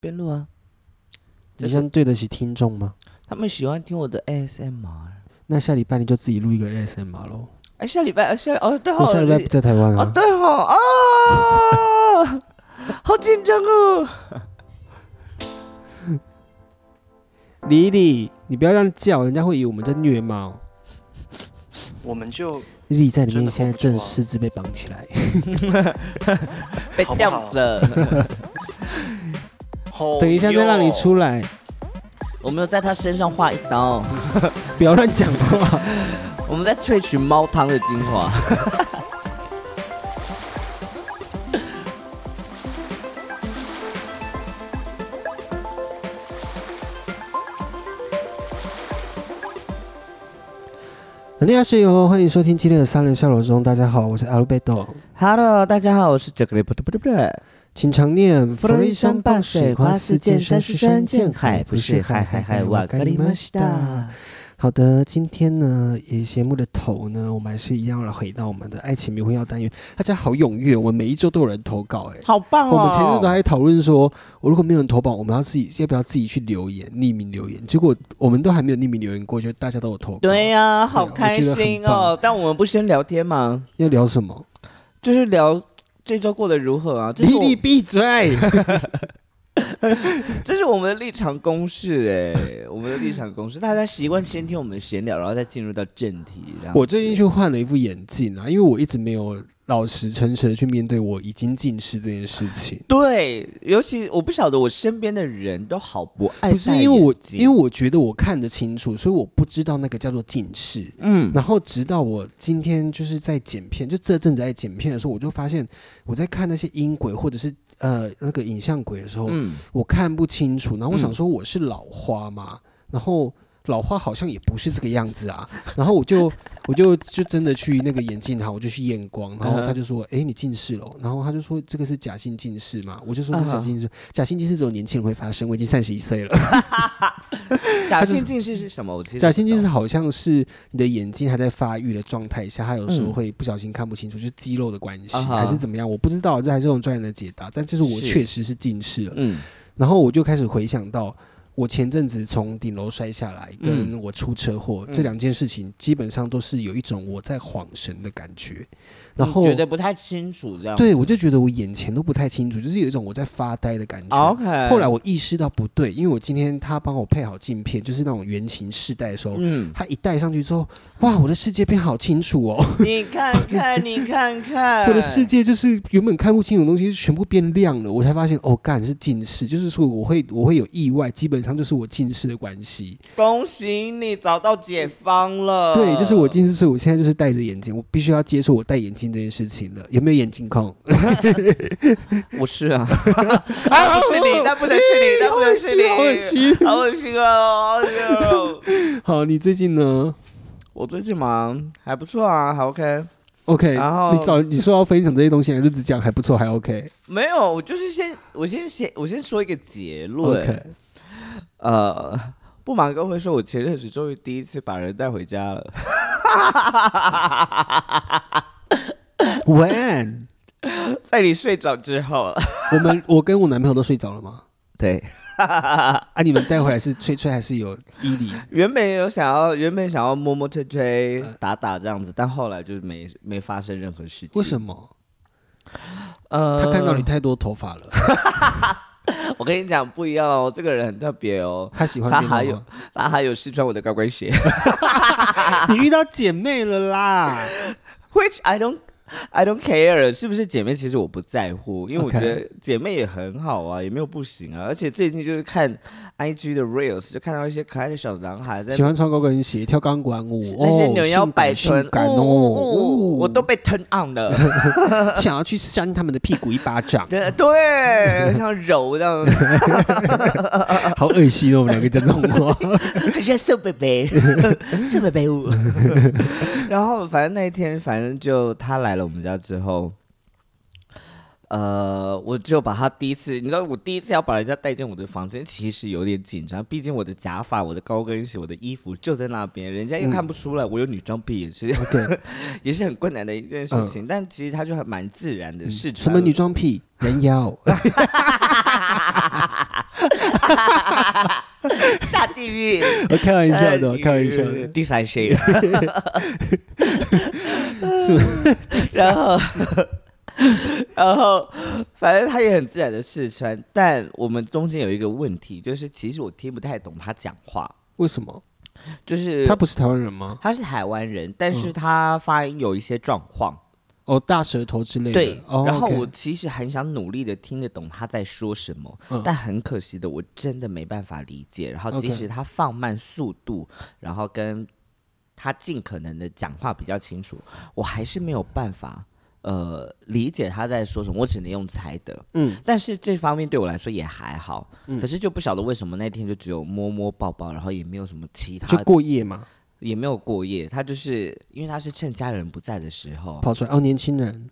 边录啊。你这样对得起听众吗？他们喜欢听我的 ASMR。那下礼拜你就自己录一个 ASMR 喽。哎，下礼拜，呃下哦，对我哦，下礼拜不在台湾哦啊，，对哦， 啊，好紧张哦。李李，你不要这样叫，人家会以为我们在虐猫。我们就李李在里面真的现在好不错啊正四肢被绑起来，被好不吊好着，吼哦等一下再让你哟出来， 我没有在他身上划一刀，不要乱讲话。我们在萃取猫汤的精华。很厉害室友，欢迎收听今天的三人笑楼中。大家好，我是阿鲁贝豆， Hello，大家好，我是 Jack 不对不对不对。请常念佛罗伊山傍水，花四溅，山是山，见海不是海，海海瓦格里马西达。好的，今天呢，以节目的头呢，我们还是一样来回到我们的爱情迷魂药单元。大家好踊跃，我们每一周都有人投稿、哎、好棒哦！我们前阵都还在讨论说，我如果没有人投稿，我们要自己要不要自己去留言，匿名留言？结果我们都还没有匿名留言过，就大家都有投稿。对呀、好对啊我开觉得很心哦！但我们不先聊天吗？要聊什么？就是聊这周过得如何啊？这是李我李闭嘴！ 这是我们的立场公式哎、我们的立场公式，大家习惯先听我们的闲聊，然后再进入到正题。这样子我最近去换了一副眼镜啊，因为我一直没有老实诚实的去面对我已经近视这件事情。对，尤其我不晓得我身边的人都好不爱戴眼镜，不是因为我，因为我觉得我看得清楚，所以我不知道那个叫做近视。嗯，然后直到我今天就是在剪片，就这阵子在剪片的时候，我就发现我在看那些音轨或者是呃那个影像轨的时候，嗯，我看不清楚。然后我想嗯说我是老花嘛，然后老花好像也不是这个样子 啊。然后我就我就就真的去那个眼镜行，我就去验光，然后嗯他哼就说：“诶，你近视了。”然后他就说：“这个是假性近视嘛？”我就说：“嗯哼这是假性近视，假性近视只有年轻人会发生。我已经三十一岁了。假他就是性近视是什么？我其实假性近不视懂好像是你的眼睛还在发育的状态下，它有时候会不小心看不清楚，就是肌肉的关系、嗯啊哈还是怎么样，我不知道，这还是用专业的解答。但就是是我确实是近视了。嗯然后我就开始回想到我前阵子从顶楼摔下来，跟我出车祸、嗯这两件事情，基本上都是有一种我在恍神的感觉。然后你，觉嗯得不太清楚这样子。对我就觉得我眼前都不太清楚，就是有一种我在发呆的感觉。啊 OK，后来我意识到不对，因为我今天他帮我配好镜片，就是那种圆形试戴的时候，嗯，他一戴上去之后，哇，我的世界变好清楚哦！你看看，你看看， 我的世界就是原本看不清楚的东西，全部变亮了。我才发现，哦，干是近视，就是说我会我会有意外，基本上就是我近视的关系。恭喜你找到解方了。对，就是我近视，所以我现在就是戴着眼镜，我必须要接受我戴眼镜这件事情了。有没有眼镜控？我是 啊，啊不是你，那不能是你，那不能是你，好恶心，好恶心哦，好恶心哦！ 好，你最近呢 我最近忙，还不错啊，还 OK。 ？OK，然后你找你说要分享这些东西，还是只讲还不错，还 OK？OK，、没有，我就是先，我先先，我先说一个结论。呃，不瞒各位说，我前阵子终于第一次把人带回家 了。 When 在你睡着之后，我们我跟我男朋友都睡着了吗？对，啊，你们带回来是 吹吹还是有伊犁？原本有想要，原本想要摸摸推推、打打这样子，但后来就是没没发生任何事情。为什么？呃，他看到你太多头发 了，我跟你讲不一样哦，这个人很特别哦，他 喜欢他变头还有吗他还有试穿我的高跟鞋你遇到姐妹了啦。 ，which I don't I don't care，是不是姐妹？其实我不在乎，因为我 OK 觉得姐妹也很好啊，也没有不行啊。而且最近就是看 IG 的 reels，就看到一些可爱的小男孩在喜欢穿高跟鞋、跳钢管舞，那些扭腰哦性感摆臀性，感哦，呜呜呜我哦都被 turn on 了。，想要去扇他们的屁股一巴掌 对对， 像柔这样，好恶心哦！我们两个讲这种话，很像瘦贝 贝，瘦贝贝舞。 然后反正那一天，反正就他来了我们家之后，呃，我就把他第一次，你知道，我第一次要把人家带进我的房间，其实有点紧张，毕竟我的假发、我的高跟鞋、我的衣服就在那边，人嗯家又看不出来我有女装癖，也是、哦 OK 也是很困难的一件事情。嗯但其实他就还蛮自然的试穿 什么女装屁、人妖， 下地狱，我开玩笑的，地狱开玩笑的。第三 shade，是然后，然后，反正他也很自然的试穿，但我们中间有一个问题，就是其实我听不太懂他讲话，为什么？就是他不嗯是台湾人吗？他是台湾人，但是他发音有一些状况，哦，大舌头之类的。对。哦、然后 OK 我其实很想努力的听得懂他在说什么，嗯但很可惜的，我真的没办法理解。然后即 OK 使他放慢速度，然后跟他尽可能的讲话比较清楚，我还是没有办法。呃，理解他在说什么，我只能用猜的。嗯嗯，但是这方面对我来说也还好。可是就不晓得为什么那天就只有摸摸抱抱，然后也没有什么其他就过夜嘛，也没有过夜，他就是因为他是趁家人不在的时候，跑出来哦，年轻人。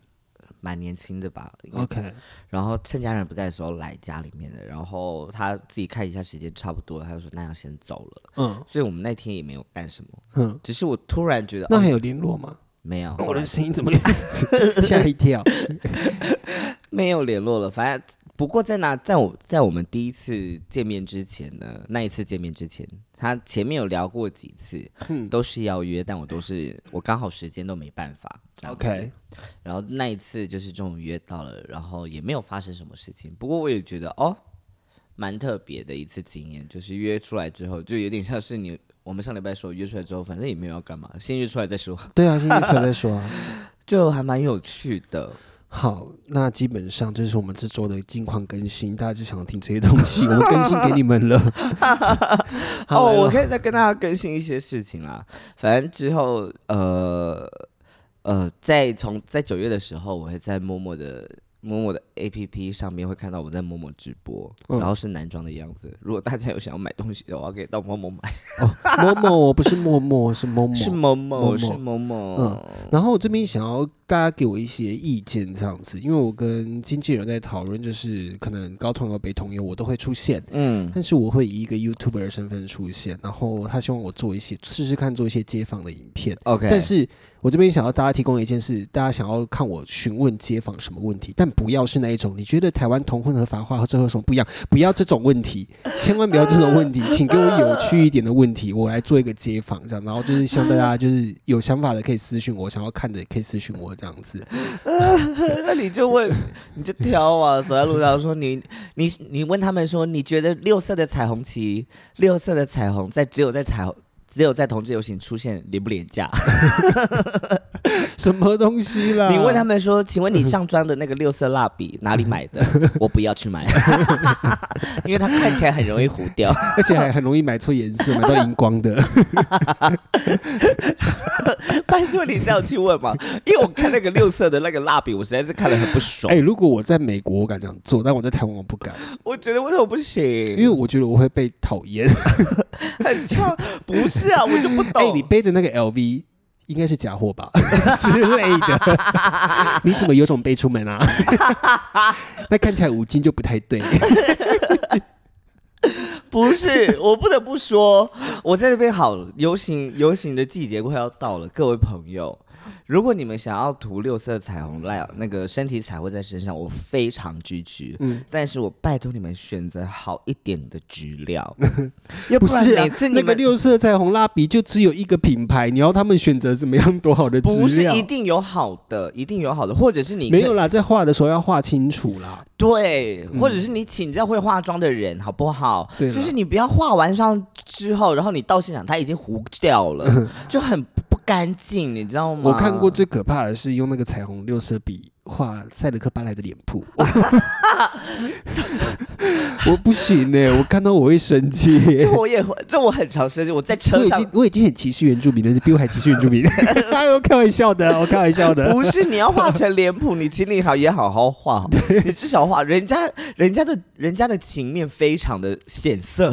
蛮年轻的吧应该 OK，然后趁家人不在的时候来家里面的，然后他自己看一下时间差不多了，他就说那要先走了，嗯所以我们那天也没有干什么，嗯，只是我突然觉得那哦还有联络吗？没有，哦我的声音怎么这样子吓一跳？没有联络了，反正不过在那在我在我们第一次见面之前呢，那一次见面之前，他前面有聊过几次，嗯都是要约，但我都是我刚好时间都没办法这样子 OK 然后那一次就是终于约到了，然后也没有发生什么事情。不过我也觉得哦，蛮特别的一次经验，就是约出来之后，就有点像是你我们上礼拜说约出来之后，反正也没有要干嘛，先约出来再说， 对啊，先约出来再说啊。就还蛮有趣的。 好，那基本上这是我们这周的近况更新，大家就想听这些东西，我们更新给你们了。好哦，来我了可以再跟大家更新一些事情啦。反正之后，呃呃，在从在九月的时候，我会在陌陌的陌陌的 APP 上面会看到我在陌陌直播，嗯然后是男装的样子。如果大家有想要买东西的话，可以到陌陌买。哦，某某，我不是默默，是某某。是某某，某是某嗯某。然后我这边想要大家给我一些意见，这样子，因为我跟经纪人在讨论，就是可能高通和北通有我都会出现，嗯但是我会以一个 YouTuber 的身份出现，然后他希望我做一些试试看做一些街访的影片。 ，OK，但是我这边想要大家提供一件事，大家想要看我询问街访什么问题，但不要是那一种你觉得台湾同婚合法化和这有什么不一样，不要这种问 题，千万不要这种问题，请给我有趣一点的问题，我来做一个街访这样，然后就是希望大家就是有想法的可以私讯我，想要看的也可以私讯我这样子。 那你就问，你就挑啊，走在路上说你你你问他们说，你觉得六色的彩虹旗，六色的彩虹在只有在彩虹。只有在同志游行出现廉不廉价？什么东西啦？你问他们说：“请问你上妆的那个六色蜡笔哪里买 的？”我不要去买，因为它看起来很容易糊掉。而且还很容易买错颜色，买到荧 光的。拜托你这样去问嘛，因为我看那个六色的那个蜡笔，我实在是看得很不爽哎、。如果我在美国，我敢这样做，但我在台湾我不敢，我觉得为什么不行？因为我觉得我会被讨厌。很呛，不是啊，我就不 哎、懂。你背的那个 LV 应该是假货吧 之类的， 你怎么有种背出门啊？那看起来五金就不太 对。不是，我不得不说，我在这边好游行游行的季节快要到了，各位朋友，如果你们想要涂六色彩虹赖那个身体彩绘在身上，我非常支持。嗯，但是我拜托你们选择好一点的质料，要 不然是啊每次你那们、个六色彩虹蜡笔就只有一个品牌，你要他们选择怎么样多好的不资是料？一定有好的，一定有好的，或者是你没可有啦，在画的时候要画清楚啦。对，或者是你请教会化妆的人，好不好？嗯对就啦是你不要化完妆之后，然后你到现场它已经糊掉 了，就很不干净，你知道吗？我看过最可怕的是用那个彩虹六色笔画塞德克巴莱的脸谱， 我不行呢、我看到我会 生气、这我也会，这我很常生气。我在我车已上经，我已经很歧视原住民了，你比我还歧视原住 民。哎，我开玩笑的，我开玩笑的。不是你要画成脸谱，你请你好也好好画 好，你至少画人家人家的人家的情面非常的显 色，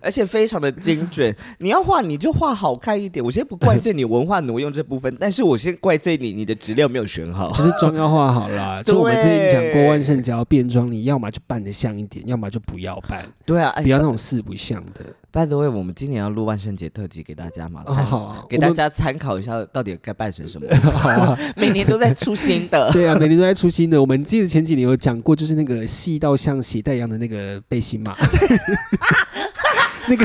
而且非常的精准。你要画你就画好看一点。我先不怪罪你文化挪用这部分，但是我先怪罪你你的质量没有选好。就是妆要化好啦。就我们之前讲过，万圣节要变装，你要么就扮的像一点，要么就不要扮，对啊，哎不要那种四不像的。拜托，我们今年要录万圣节特辑给大家嘛，哦，参好啊，给我大们家参考一下，到底该扮成 什么。好啊。每年都在出新的，对啊，每年都在出新的。我们记得前几年有讲过，就是那个细到像鞋带一样的那个背心 嘛，那个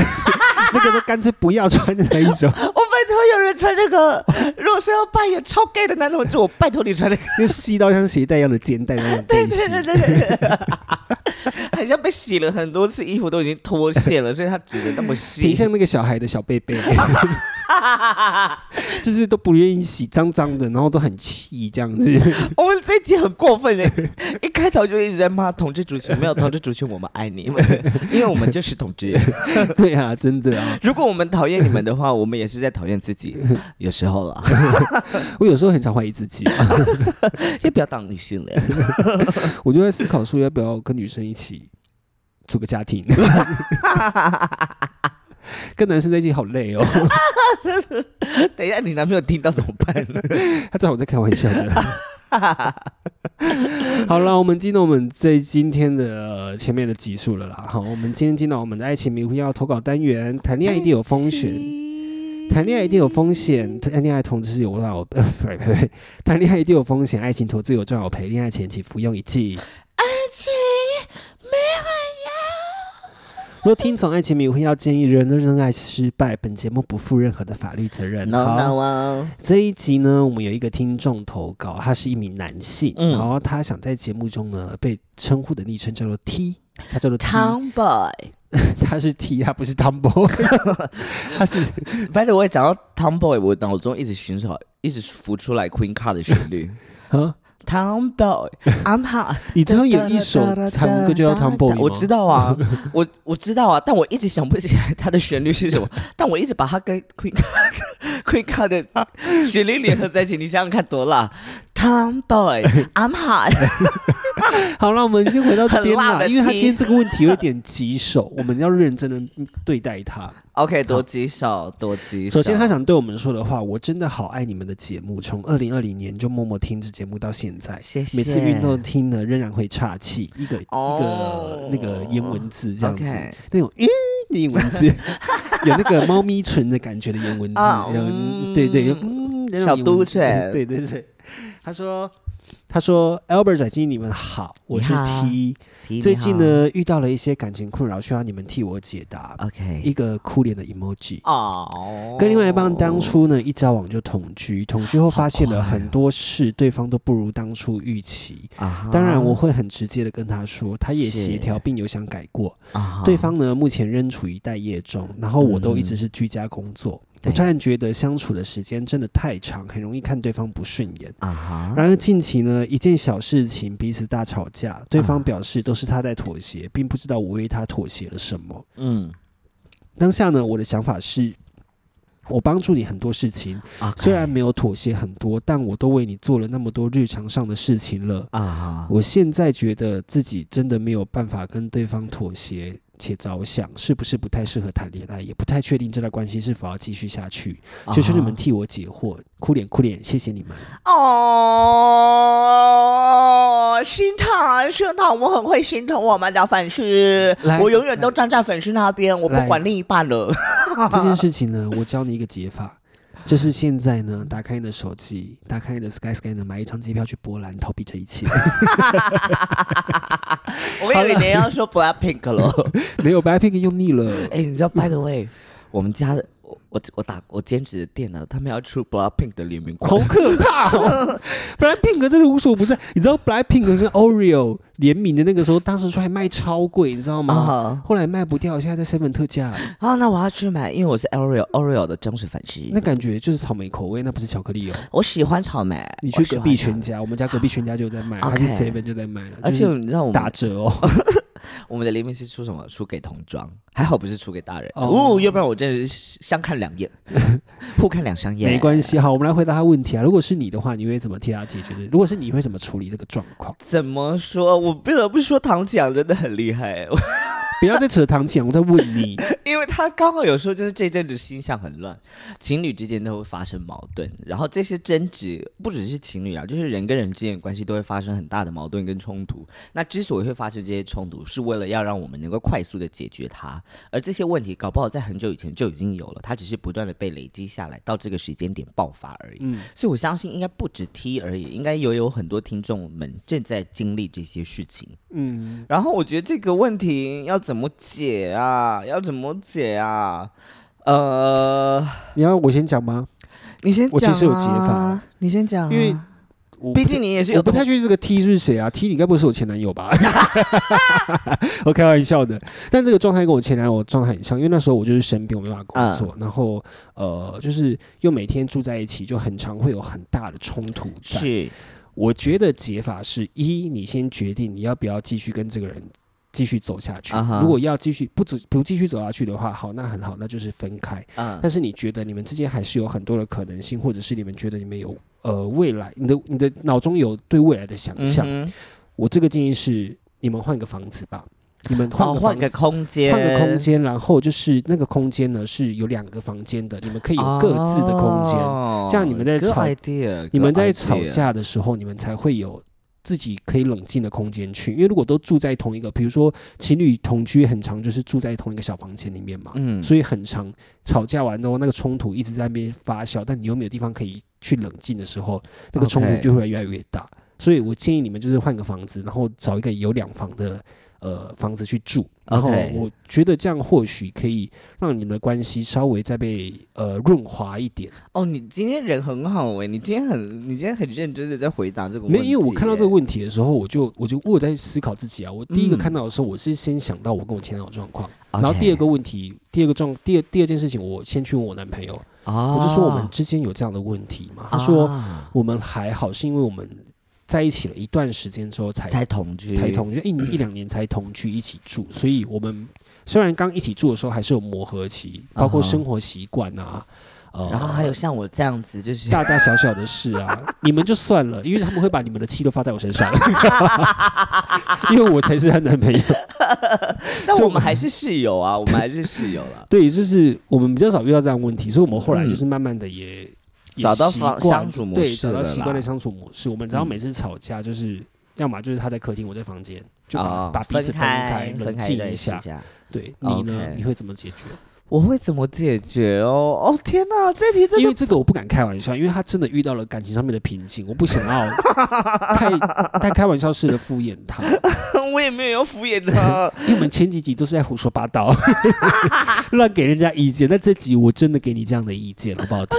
那个都干脆不要穿的那一种。 我拜托有人穿这个。如果是要扮演超 gay 的男同志，我拜托你穿那个。那细到像鞋带一样的肩带那种背心，对对 对，好像被洗了很多次，衣服都已经脱线了，所以他只能那 么挺细。像那个小孩的小贝贝，就是都不愿意洗，脏脏的，然后都很气这样子。 我们这一集很过分的，一开头就一直在骂同志族群，没有同志族群，我们爱你们，因为我们就是同志。对啊，真的啊，如果我们讨厌你们的话，我们也是在讨厌自 己，有时候 啦，我有时候很常怀疑自己，啊 要不要当异性恋？我就在思考说要不要跟女生一起组个家 庭。跟男生在一起好累哦， 等一下你男朋友听到怎么办？他知道我在开玩笑 的。好了，我们进到我们这今天的、呃前面的集数了啦。好，我们今天进到我们的爱情迷糊要投稿单元，谈恋爱一定有风险。谈恋爱一定有风险，谈恋爱投资有 赚有，呸呸呸，谈恋爱一定有风险，爱情投资有赚有赔，恋爱前请服用一剂。情没若听从爱情迷婚要建议人的恋爱失败，本节目不负任何的法律责任。 No 好 no 啊！这一集呢，我们有一个听众投稿，他是一名男性，嗯然后他想在节目中呢被称呼的昵称叫做 T，他叫做 T， Tomboy，他是 T，他不是 Tomboy，他是反正我也讲到 Tomboy，我脑中一直寻找，一直浮出来 Queen Card 的旋 律。啊， Tomboy，I'm hot。你知道有一首韩文歌就叫 Tomboy 吗？我知道 啊，我我知道啊，但我一直想不起来它的旋律是什么， 但我一直把它跟 Queen Card- Queen Card 的旋律联合在一起，你想想看多 辣！Tomboy，I'm hot。 好了，我们先回到这边很辣啦，的因为他今天 T 这个问题有点棘手，我们要认真的对待他。 OK，多几首，多几首。首先，他想对我们说的话，我真的好爱你们的节目，从二零二零年就默默听着节目到现在，谢谢每次运动听呢仍然会岔气，一个、哦一个那个英文字这样子 OK 那种嗯的英文 字，有那个猫咪唇的感觉的英文字，啊然后嗯对对，有嗯那种小英文嘟字嘴嗯对对对，他说。他说：“Albert 仔经，你们好，我是你好 T，最近呢遇到了一些感情困扰，需要你们替我解答。一，OK，个哭脸的 emoji。啊哦，跟另外一半当初呢一交往就同居，同居后发现了很多事对方都不如当初预期。啊哈，当然，我会很直接的跟他说，他也是协调并有想改过。啊哈对方呢目前仍处于待业中，然后我都一直嗯是居家工作。我对突然觉得相处的时间真的太长，很容易看对方不顺眼。啊哈，然而近期呢，一件小事情彼此大吵架，对啊方表示都是他在妥协，并不知道我为他妥协了什么。嗯，当下呢，我的想法是，我帮助你很多事情，啊 OK 虽然没有妥协很多，但我都为你做了那么多日常上的事情了。啊哈，我现在觉得自己真的没有办法跟对方妥协且着想，是不是不太适合谈恋爱？也不太确定这段关系是否要继续下去。啊求求你们替我解惑，哭脸哭脸，谢谢你们。哦，心疼心疼，我很会心疼我们的粉丝来，我永远都站在粉丝那边，我不管另一半了。这件事情呢，我教你一个解法，就是现在呢，打开你的手机，打开你的 Skyscanner，买一张机票去波兰，逃避这一切。 我以为你要说 Blackpink 了，没有 Blackpink 用腻了。 哎，你知道 By the way，我们家的我我我打我兼职的店呢，他们要出 Blackpink 的联名款好，可怕哦！Blackpink 真的无所不在，你知道 Blackpink 跟 Oreo 联名的那个时候，当时出来卖超贵，你知道 吗啊后来卖不掉，现在在 Seven 特价，啊，那我要去买，因为我是 Oreo Oreo 的忠实粉丝，那感觉就是草莓口味，那不是巧克力哦。我喜欢草莓，你我去喜隔欢壁草莓全。家，我们家隔壁全家就有在卖，它哦 OK 是 Seven 就在卖了，而且就是你知道我打们折哦。我们的联名是出什么？出给童装，还好不是出给大人哦哦要不然我真的是相看两 眼，互看两相厌。没关系，好，我们来回答他问题啊。如果是你的话，你会怎么替他解决的？如果是你会怎么处理这个状况？怎么说？我不得不说，唐奖真的很厉害，啊 不要再扯堂讲，我在问你，因为他刚好有时候就是这阵子星象很乱，情侣之间都会发生矛盾，然后这些争执不只是情侣啊，就是人跟人之间的关系都会发生很大的矛盾跟冲突。那之所以会发生这些冲突，是为了要让我们能够快速的解决它，而这些问题搞不好在很久以前就已经有了，它只是不断的被累积下来，到这个时间点爆发而已。所以我相信应该不止 T 而已，应该也有很多听众们正在经历这些事情。嗯，然后我觉得这个问题要怎么解啊？要怎么解啊？呃，你要我先讲吗？你先讲、啊，我其实有解法，你先讲、啊，因为我毕竟你也是有我不太确定这个 T 是谁啊，T 你该不会是我前男友吧？ 我开玩笑的，但这个状态跟我前男友状态很像，因为那时候我就是生病，我没办法工作，嗯然后呃，就是又每天住在一起，就很常会有很大的冲突在。是我觉得解法是一，你先决定你要不要继续跟这个人继续走下去。啊哈如果要继续不走不继续走下去的话，好，那很好，那就是分开。嗯但是你觉得你们之间还是有很多的可能性，或者是你们觉得你们有呃未来，你的你的脑中有对未来的想嗯象。哼我这个建议是，你们换个房子吧，你们换哦，个换房个子。空间，换个空间，然后就是那个空间呢是有两个房间的，你们可以有各自的空间。哦这样你们在 Good 吵 idea, 你们在 good 吵 idea 架的时候，你们才会有自己可以冷静的空间去。因为如果都住在同一个，比如说情侣同居，很长就是住在同一个小房间里面嘛，嗯，所以很长吵架完之后，那个冲突一直在那边发酵，但你又没有地方可以去冷静的时候，那个冲突 OK 就会越来越大。所以我建议你们就是换个房子，然后找一个有两房的呃房子去住，然后 OK 我觉得这样或许可以让你们的关系稍微再被呃润滑一点。哦，你今天人很好哎，你今天很，你今天很认真的在回答这个问没题。欸有，因为我看到这个，问题的时候，我就我就我有在思考自己啊。我第一个嗯看到的时候，我是先想到我跟我前男友的状况，然后第二，个问题，第二个状，第二第二件事情，我先去问我男朋友，哦、我就说我们之间有这样的问题嘛。他说啊我们还好，是因为我们在一起了一段时间之后才才嗯同居，才同居，一一两年才同居一起住，所以我们虽然刚一起住的时候还是有磨合期，包括啊哈生活习惯啊，呃，然后还有像我这样子，就是大大小小的事啊， 你们就算了，因为他们会把你们的气都发在我身上， 因为我才是她男朋友。这但我我。们还是室友啊，我们还是室友啦对，就是我们比较少遇到这样的问题，所以我们后来就是慢慢的也。也嗯找到习方惯相处模对，式找到了习啦嗯惯的相处模式。我们只要每次吵架，就是要么就是他在客厅，我在房间， 就把、哦把彼分此开开，分冷开静一一下。下，对你呢 OK 你会怎么解决？我会怎么解决哦？哦天哪，这题真因为的这个我不敢开玩笑，因为他真的遇到了感情上面的瓶颈，我不想 要太太开玩笑式的敷衍他。我也没有要敷衍他。因为我们前几集都是在胡说八道， 乱给人家意见。那这集我真的给你这样的意见，好不 好听？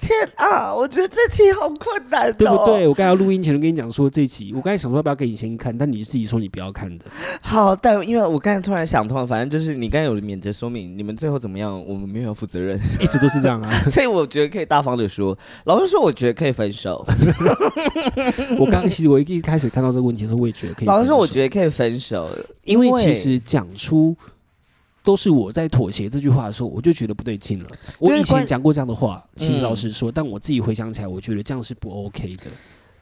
天 啊，我觉得这题好困难、哦，对不对？？我刚才录音前都跟你讲说这集，我刚才想说要不要给你先看，但你自己说你不要看的。好，但因为我刚才突然想通了，反正就是你刚才有免责说明，你们最后怎么样，我们没有要负责 任，一直都是这样 啊！所以我觉得可以大方的说。老实说，我觉得可以分手。我刚其实我一开始看到这个问题的时候，我也觉得可以。老实说，我觉得可以分手，因为因为其实讲出都是我在妥协这句话的时候，我就觉得不对劲了。我以前讲过这样的话，其嗯实老实说，但我自己回想起来，我觉得这样是不 OK 的。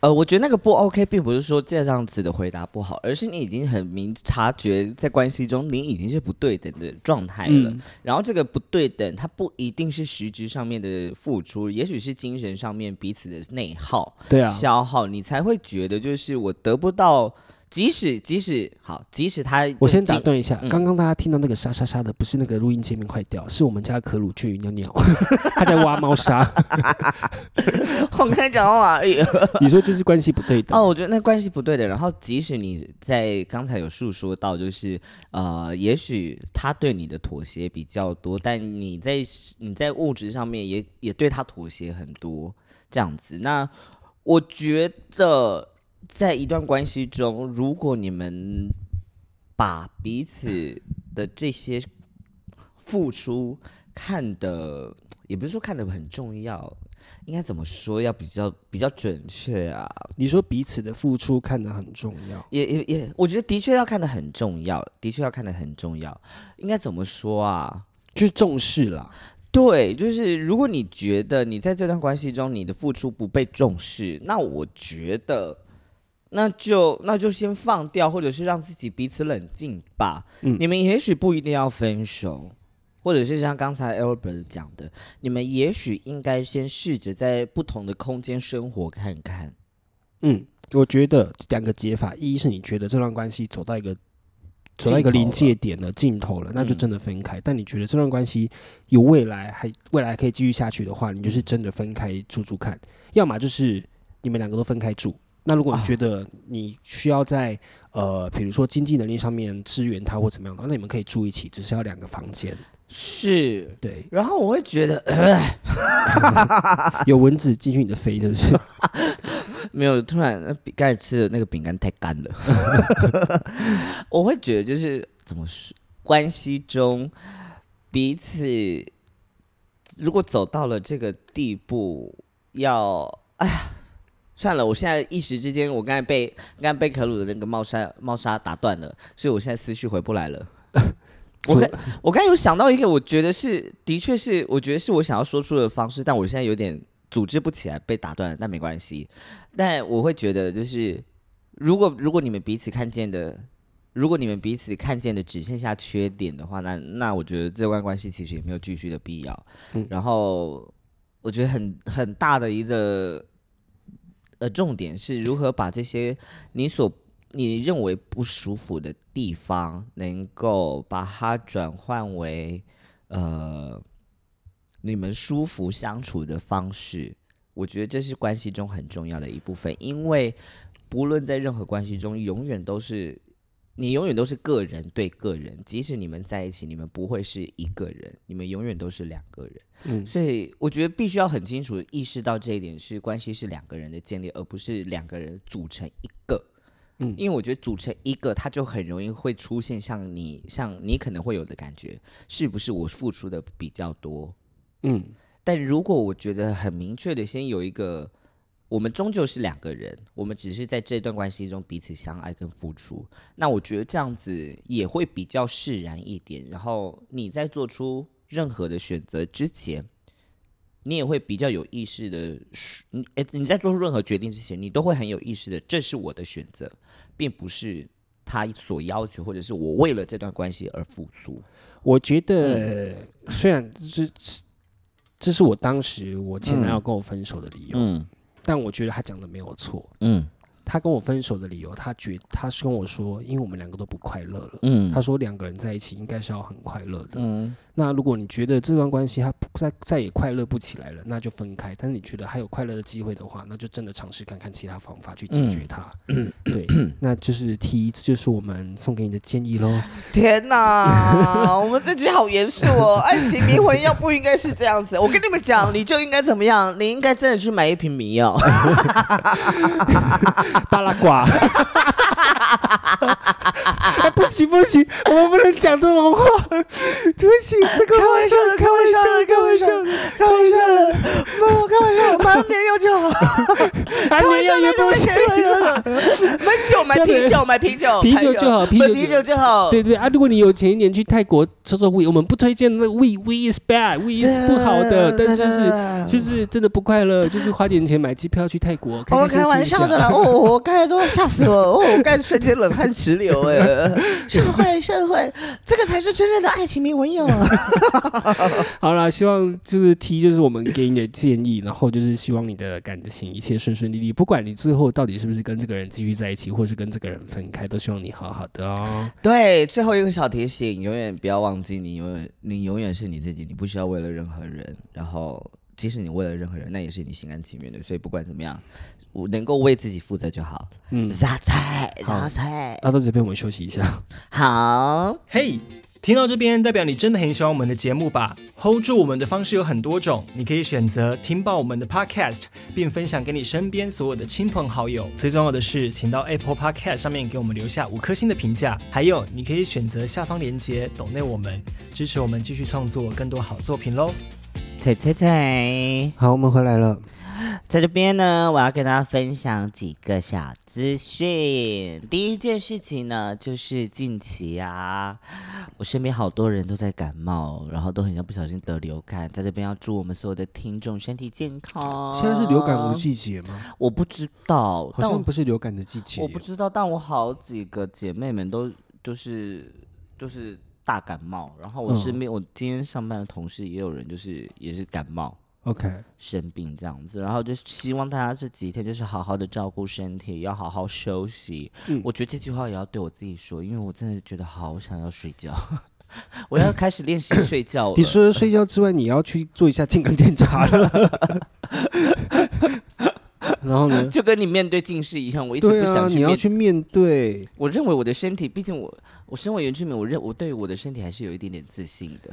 呃，我觉得那个不 OK，并不是说这样子的回答不好，而是你已经很明察觉在关系中你已经是不对等的状态了。嗯然后这个不对等，它不一定是实质上面的付出，也许是精神上面彼此的内耗、对啊，消耗，你才会觉得就是我得不到，即使即使好，即使他我先打打断一下，嗯刚刚大家听到那个沙沙沙的，不是那个录音界面坏掉，是我们家可鲁去尿 尿，他在挖猫砂。 我跟你讲话而已。你说就是关系不对等，哦，我觉得那关系不对的。然后，即使你在刚才有述说到，就是呃，也许他对你的妥协比较多，但你在你在物质上面也也对他妥协很多，这样子。那我觉得，在一段关系中，如果你们把彼此的这些付出看得，也不是说看得很重要，应该怎么说？要比较比较准确啊。你说彼此的付出看得很重要。也也也，我觉得的确要看得很重要，的确要看得很重要。应该怎么说啊？就是重视啦，对，就是如果你觉得你在这段关系中你的付出不被重视，那我觉得那就那就先放掉，或者是让自己彼此冷静吧。嗯你们也许不一定要分手，或者是像刚才 Albert 讲的，你们也许应该先试着在不同的空间生活看看。嗯，我觉得两个解法，一是你觉得这段关系走到一个走到一个尽头临界点了，尽头了，那就嗯真的分开。但你觉得这段关系有未来，还未来可以继续下去的话，你就是真的分开住住看，要么就是你们两个都分开住。那如果你啊觉得你需要在、呃，比如说经济能力上面支援他或怎么样的话，那你们可以住一起，只是要两个房间。是，对，然后我会觉得、呃有蚊子进去你的肺是不是？没有，突然呃饼干吃的那个饼干太干了， 我会觉得就是怎么说，关系中彼此如果走到了这个地步，要哎呀，算了，我现在一时之间，我刚才被刚才被可鲁的那个帽衫帽纱打断了，所以我现在思绪回不来了。我刚我刚才有想到一个，我觉得是，的确是，我觉得是我想要说出的方式，但我现在有点组织不起来，被打断了，但没关系。但我会觉得，就是如果如果你们彼此看见的，如果你们彼此看见的只剩下缺点的话，那那我觉得这段关系其实也没有继续的必要。嗯然后我觉得很很大的一个呃重点是如何把这些你所你认为不舒服的地方，能够把它转换为呃你们舒服相处的方式。我觉得这是关系中很重要的一部分，因为不论在任何关系中，永远都是你永远都是个人对个人，即使你们在一起，你们不会是一个人，你们永远都是两个人。嗯所以我觉得必须要很清楚地意识到这一点，是关系是两个人的建立，而不是两个人组成一个。嗯因为我觉得组成一个，它就很容易会出现像你像你可能会有的感觉，是不是我付出的比较多？嗯，但如果我觉得很明确的，先有一个，我们终究是两个人，我们只是在这段关系中彼此相爱跟付出，那我觉得这样子也会比较释然一点。然后你在做出任何的选择之前，你也会比较有意识的，你诶你在做出任何决定之前，你都会很有意识的，这是我的选择，并不是他所要求，或者是我为了这段关系而付出。我觉嗯得、虽然这这是我当时我前男友跟我分手的理由，嗯但我觉得他讲的没有错。嗯他跟我分手的理由，他觉他是跟我说，因为我们两个都不快乐了。嗯他说两个人在一起应该是要很快乐的。嗯那如果你觉得这段关系他不再再也快乐不起来了，那就分开。但是你觉得还有快乐的机会的话，那就真的尝试看看其他方法去解嗯决它。对，那就是提议，这就是我们送给你的建议喽。天 哪，我们这局好严肃哦！爱情迷魂药不应该是这样子。我跟你们讲，你就应该怎么样？你应该真的去买一瓶迷 药。巴拉 瓜。啊、不行不行，我们不能讲这种话， 对不起，这个开玩笑的，开玩笑的，开玩笑的，开玩笑的，不，开 玩笑，我买年药就好。啊，你要也不行。买酒，买啤酒，买啤酒，啤酒就好啤酒就买啤酒就好。对对啊，如果你有前一年去泰国抽抽 we，我们不推荐那 we we is bad we is 不好的，但是 就是就是真的不快乐，就是花点钱买机票去泰国，开我开心开玩心笑一的下。啦，哦，我刚才都吓死我，哦，我刚才瞬间冷汗直流 哎，社会社会，这个才是真正的爱情迷魂药啊！ 好啦，希望就是提就是我们给你的建议，然后就是希望你的感情一切顺顺利利，不管你最后到底是不是跟这个人继续在一起，或是跟这个人分开，都希望你好好的哦。对，最后一个小提醒，永远不要忘记，你永远你永远是你自己，你不需要为了任何人。然后，即使你为了任何人，那也是你心甘情愿的。所以，不管怎么样，我能够为自己负责就好。嗯，榨菜，好榨菜，那到这边我们休息一下。好。嘿听到这边，代表你真的很喜欢我们的节目吧？Hold 住我们的方式有很多种，你可以选择听爆我们的 Podcast，并分享给你身边所有的亲朋好友。最重要的是，请到 Apple Podcast 上面给我们留下五颗星的评价。还有，你可以选择下方链接抖内我们，支持我们继续创作更多好作品喽。菜菜菜，好，我们回来了。在这边呢，我要跟大家分享几个小资讯。第一件事情呢，就是近期啊，我身边好多人都在感冒，然后都很像不小心得流感，在这边要祝我们所有的听众身体健康。现在是流感无，季节吗？我不知道，好但我像不是流感的季节我，不知道，但我好几个姐妹们都就是就是大感冒，然后我嗯身边、我今天上班的同事也有人就是也是感冒。 OK，生病这样子，然后就是希望大家这几天就是好好的照顾身体，要好好休息。嗯我觉得这句话也要对我自己说，因为我真的觉得好想要睡觉， 我要开始练习睡觉了。你除了睡觉之外，你要去做一下健康检查了。然后呢？就跟你面对近视一样，我一直对不啊，想去你面。要去面对。我认为我的身体，毕竟我我身为原住民，我认我对我的身体还是有一点点自信 的。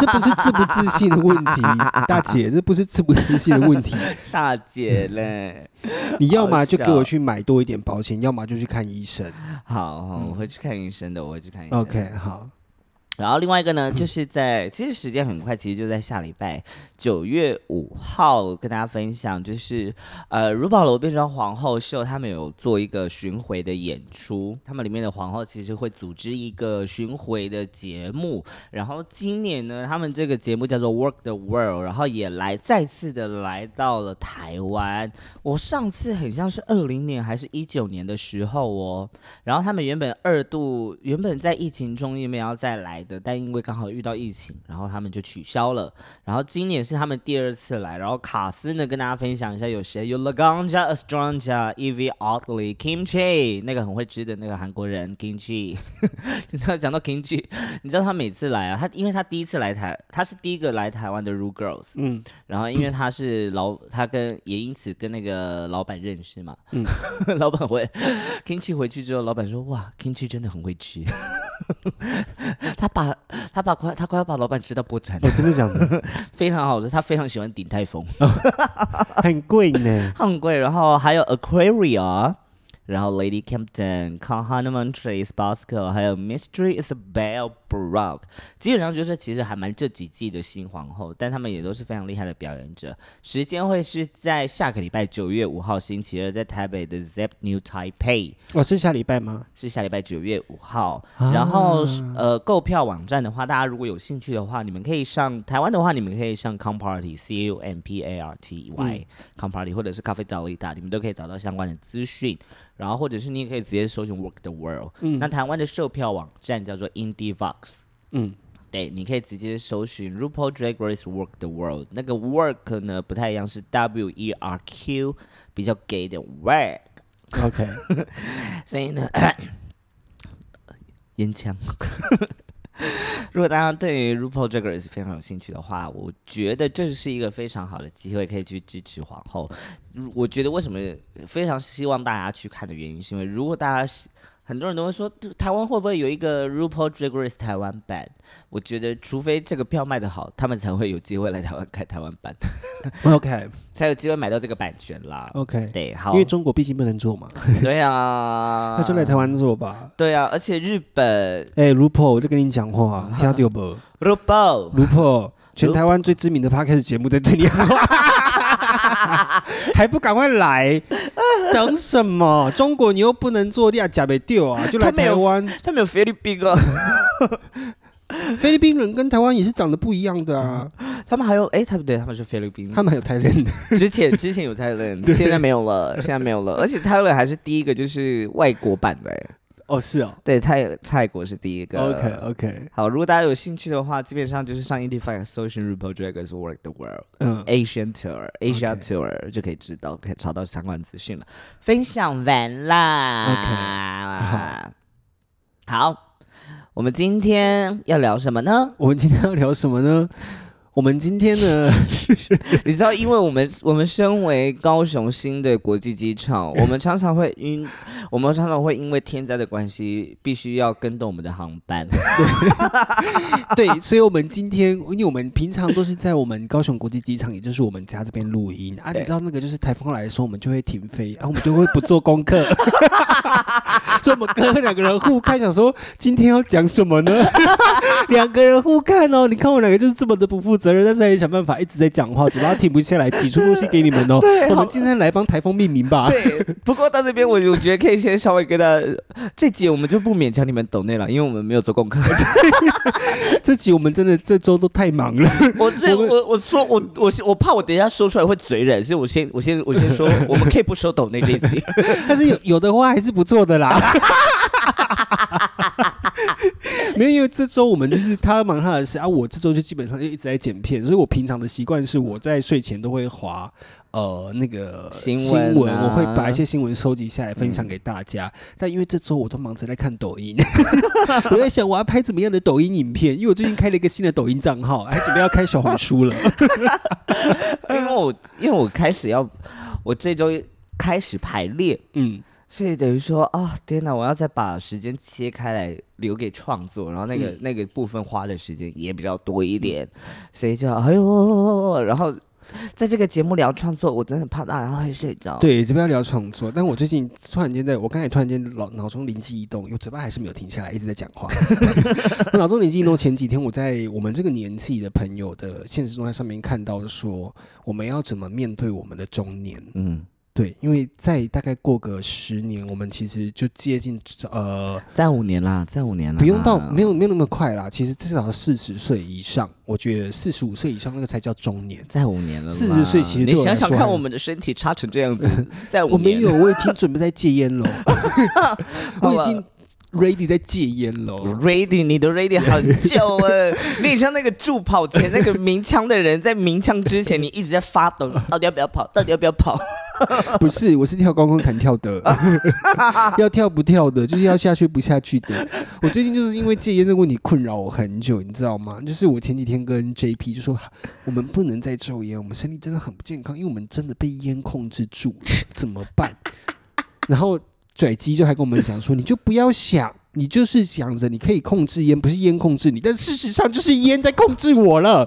这不是自不自信的问题，大姐，这不是自不自信的问题。大姐嘞， 你要么好就笑给我去买多一点保险，要么就去看医生。好，好我会去看医生的，我会去看医生。 OK，好，然后另外一个呢，就是在其实时间很快，其实就在下礼拜九月五号跟大家分享，就是呃，如宝楼变装皇后秀，他们有做一个巡回的演出，他们里面的皇后其实会组织一个巡回的节目，然后今年呢，他们这个节目叫做 Work the World，然后也来再次的来到了台湾。我上次很像是二零年还是一九年的时候哦，然后他们原本二度，原本在疫情中也没有要再来的，但因为刚好遇到疫情，然后他们就取消了。然后今年是他们第二次来，然后卡斯呢跟大家分享一下有谁，有 Laganja Estranja、Evie Oddly、Kim Chi，那个很会织的那个韩国人 Kim Chi。你知道讲到 Kim Chi，你知道他每次来啊，他因为他第一次来台，他是第一个来台湾的 Rue Girls，嗯，然后因为他是老，他跟也因此跟那个老板认识嘛，嗯， 老板回 Kimchi 回去之后，老板说哇，Kimchi 真的很会吃， 他把他把快他快要把老板吃到破产了，哦，真的假 的？非常好吃，他非常喜欢鼎泰丰，很贵呢。很贵，然后还有 Aquaria。然后 Lady Campton、Con Hanuman Trace、Bosco，还有 Mystery Isabel Brock，基本上就是其实还蛮这几季的新皇后，但他们也都是非常厉害的表演者。时间会是在下个礼拜九月五号星期二，在台北的 Zep New Taipei，哦，是下礼拜吗？是下礼拜九月五号。然后是呃，购票网站的话，大家如果有兴趣的话，你们可以上台湾的话，你们可以上 Com Party C U M P A R T Y、Com Party，或者是咖啡早 Lita，你们都可以找到相关的资讯。然后或者是你也可以直接搜寻 Work the World，、那台湾的售票网站叫做 Indie Vox。嗯，对，你可以直接搜寻 RuPaul Drag Race Work the World，那个 work 呢不太一样，是 W E R Q，比较 gay 的 work。 OK，所 以呢，烟枪。 如果大家对于 RuPaul 这个人是非常有兴趣的话，我觉得这是一个非常好的机会，可以去支持皇后。如我觉得为什么非常希望大家去看的原因，是因为如果大家喜很多人都会说，这台湾会不会有一个 RuPaul Drag Race 台湾版？我觉得，除非这个票卖得好，他们才会有机会来台湾开台湾版， OK， 才有机会买到这个版权啦。 OK，对，好哦因，为中国毕竟不能做嘛，对啊，那就来台湾做吧。对啊，而且日本哎，Rupo，我在跟你讲话，听到 不 RuPaul， ？Rupo，全台湾最知名的 Podcast 节目在这里讲话， 还不赶快来？等什么？中国你又不能做，你也假没丢啊，就来他没台有湾。他们有菲律宾哦，菲律宾人跟台湾也是长得不一样的啊， 他们还有哎，他们对他们是菲律宾，嗯他们还有台人的。之前之前有 Thailand，现在没有了，现在没有了，而且 Thailand 还是第一个就是外国版的哎，哦，是哦。对泰泰国是第一个。 OK OK，好，如果大家有兴趣的话，基本上就是上 Indie 搜寻 RuPaul Dragons Work the World 嗯， Asian Tour Asia OK Tour 就可以知道，可以查到相关资讯了。分享完啦好，我们今天要聊什么呢？我们今天要聊什么呢？我们今天呢， 你知道，因为我们我们身为高雄新的国际机 场，我们常常会因我们常常会因为天灾的关系，必须要跟动我们的航班。对，所以我们今天，因为我们平常都是在我们高雄国际机场，也就是我们家这边录音啊。对你知道那个就是台风来的时候，我们就会停飞，啊然、后我们就会不做功 课， 所以我们哥两个人互看， 想说今天要讲什么呢？两个人互看哦，你看我两个就是这么的不负责任，但是也想办法一直在讲话，嘴巴停不下来，挤出东西给你们哦。对我好们今天来帮台风命名吧。 对，不过到这边我我觉得可以先稍微跟大家，这集我们就不勉强你们懂内了，因为我们没有做功课。这集我们真的这周都太忙了， 我这我我说我我我怕我等一下说出来会嘴软，所以我先我先我先 说，我们可以不收抖内这一集。 但是有有的话还是不错的啦。 没有，因为这周我们就是他忙他的事啊，我这周就基本上就一直在剪片，所以我平常的习惯是我在睡前都会划呃那个新新闻啊我会把一些新闻收集下来分享给大家。但因为这周我都忙着在看抖音，我在想我要拍怎么样的抖音影片，因为我最近开了一个新的抖音账号，还准备要开小红书了。因为我因为我开始要，我这周开始排练，嗯，所以等于说啊、天哪，我要再把时间切开来留给创作，然后那个、那个部分花的时间也比较多一点，所以就哎呦，然后在这个节目聊创作，我真的怕大家会睡着。，对，这边要聊创作，但我最近突然间在，我刚才突然间脑脑中灵机一动，我嘴巴还是没有停下来，一直在讲话。我脑中灵机一动，前几天我在我们这个年纪的朋友的现实动态上面看到说，我们要怎么面对我们的中年？嗯，对，因为在大概过个十年，我们其实就接近呃，在五年啦，在五年啦，不用到啊没有没有那么快啦，其实至少四十岁以上，我觉得四十五岁以上那个才叫中年。在五年了啦， 40岁其实你对我来想想说看，还我们的身体差成这 样子，在五我没年有，我已经准备在戒 烟了，我已好经 ready 在戒烟了。 ready，你都 ready 很久 了，你像那个助跑前那个鸣枪的人，在鸣枪之前，你一直在发抖，到底要不要跑？到底要不要跑？ 不是，我是跳高空弹跳的，要跳不跳的，就是要下去不下去的。我最近就是因为戒烟这个问题困扰我很久，你知道吗？就是我前几天跟 JP 就说，啊我们不能再抽烟，我们身体真的很不健康，因为我们真的被烟控制住了，怎么办？ 然后拽鸡就还跟我们讲说，你就不要想。你就是想着你可以控制烟，不是烟控制你，但事实上就是烟在控制我了。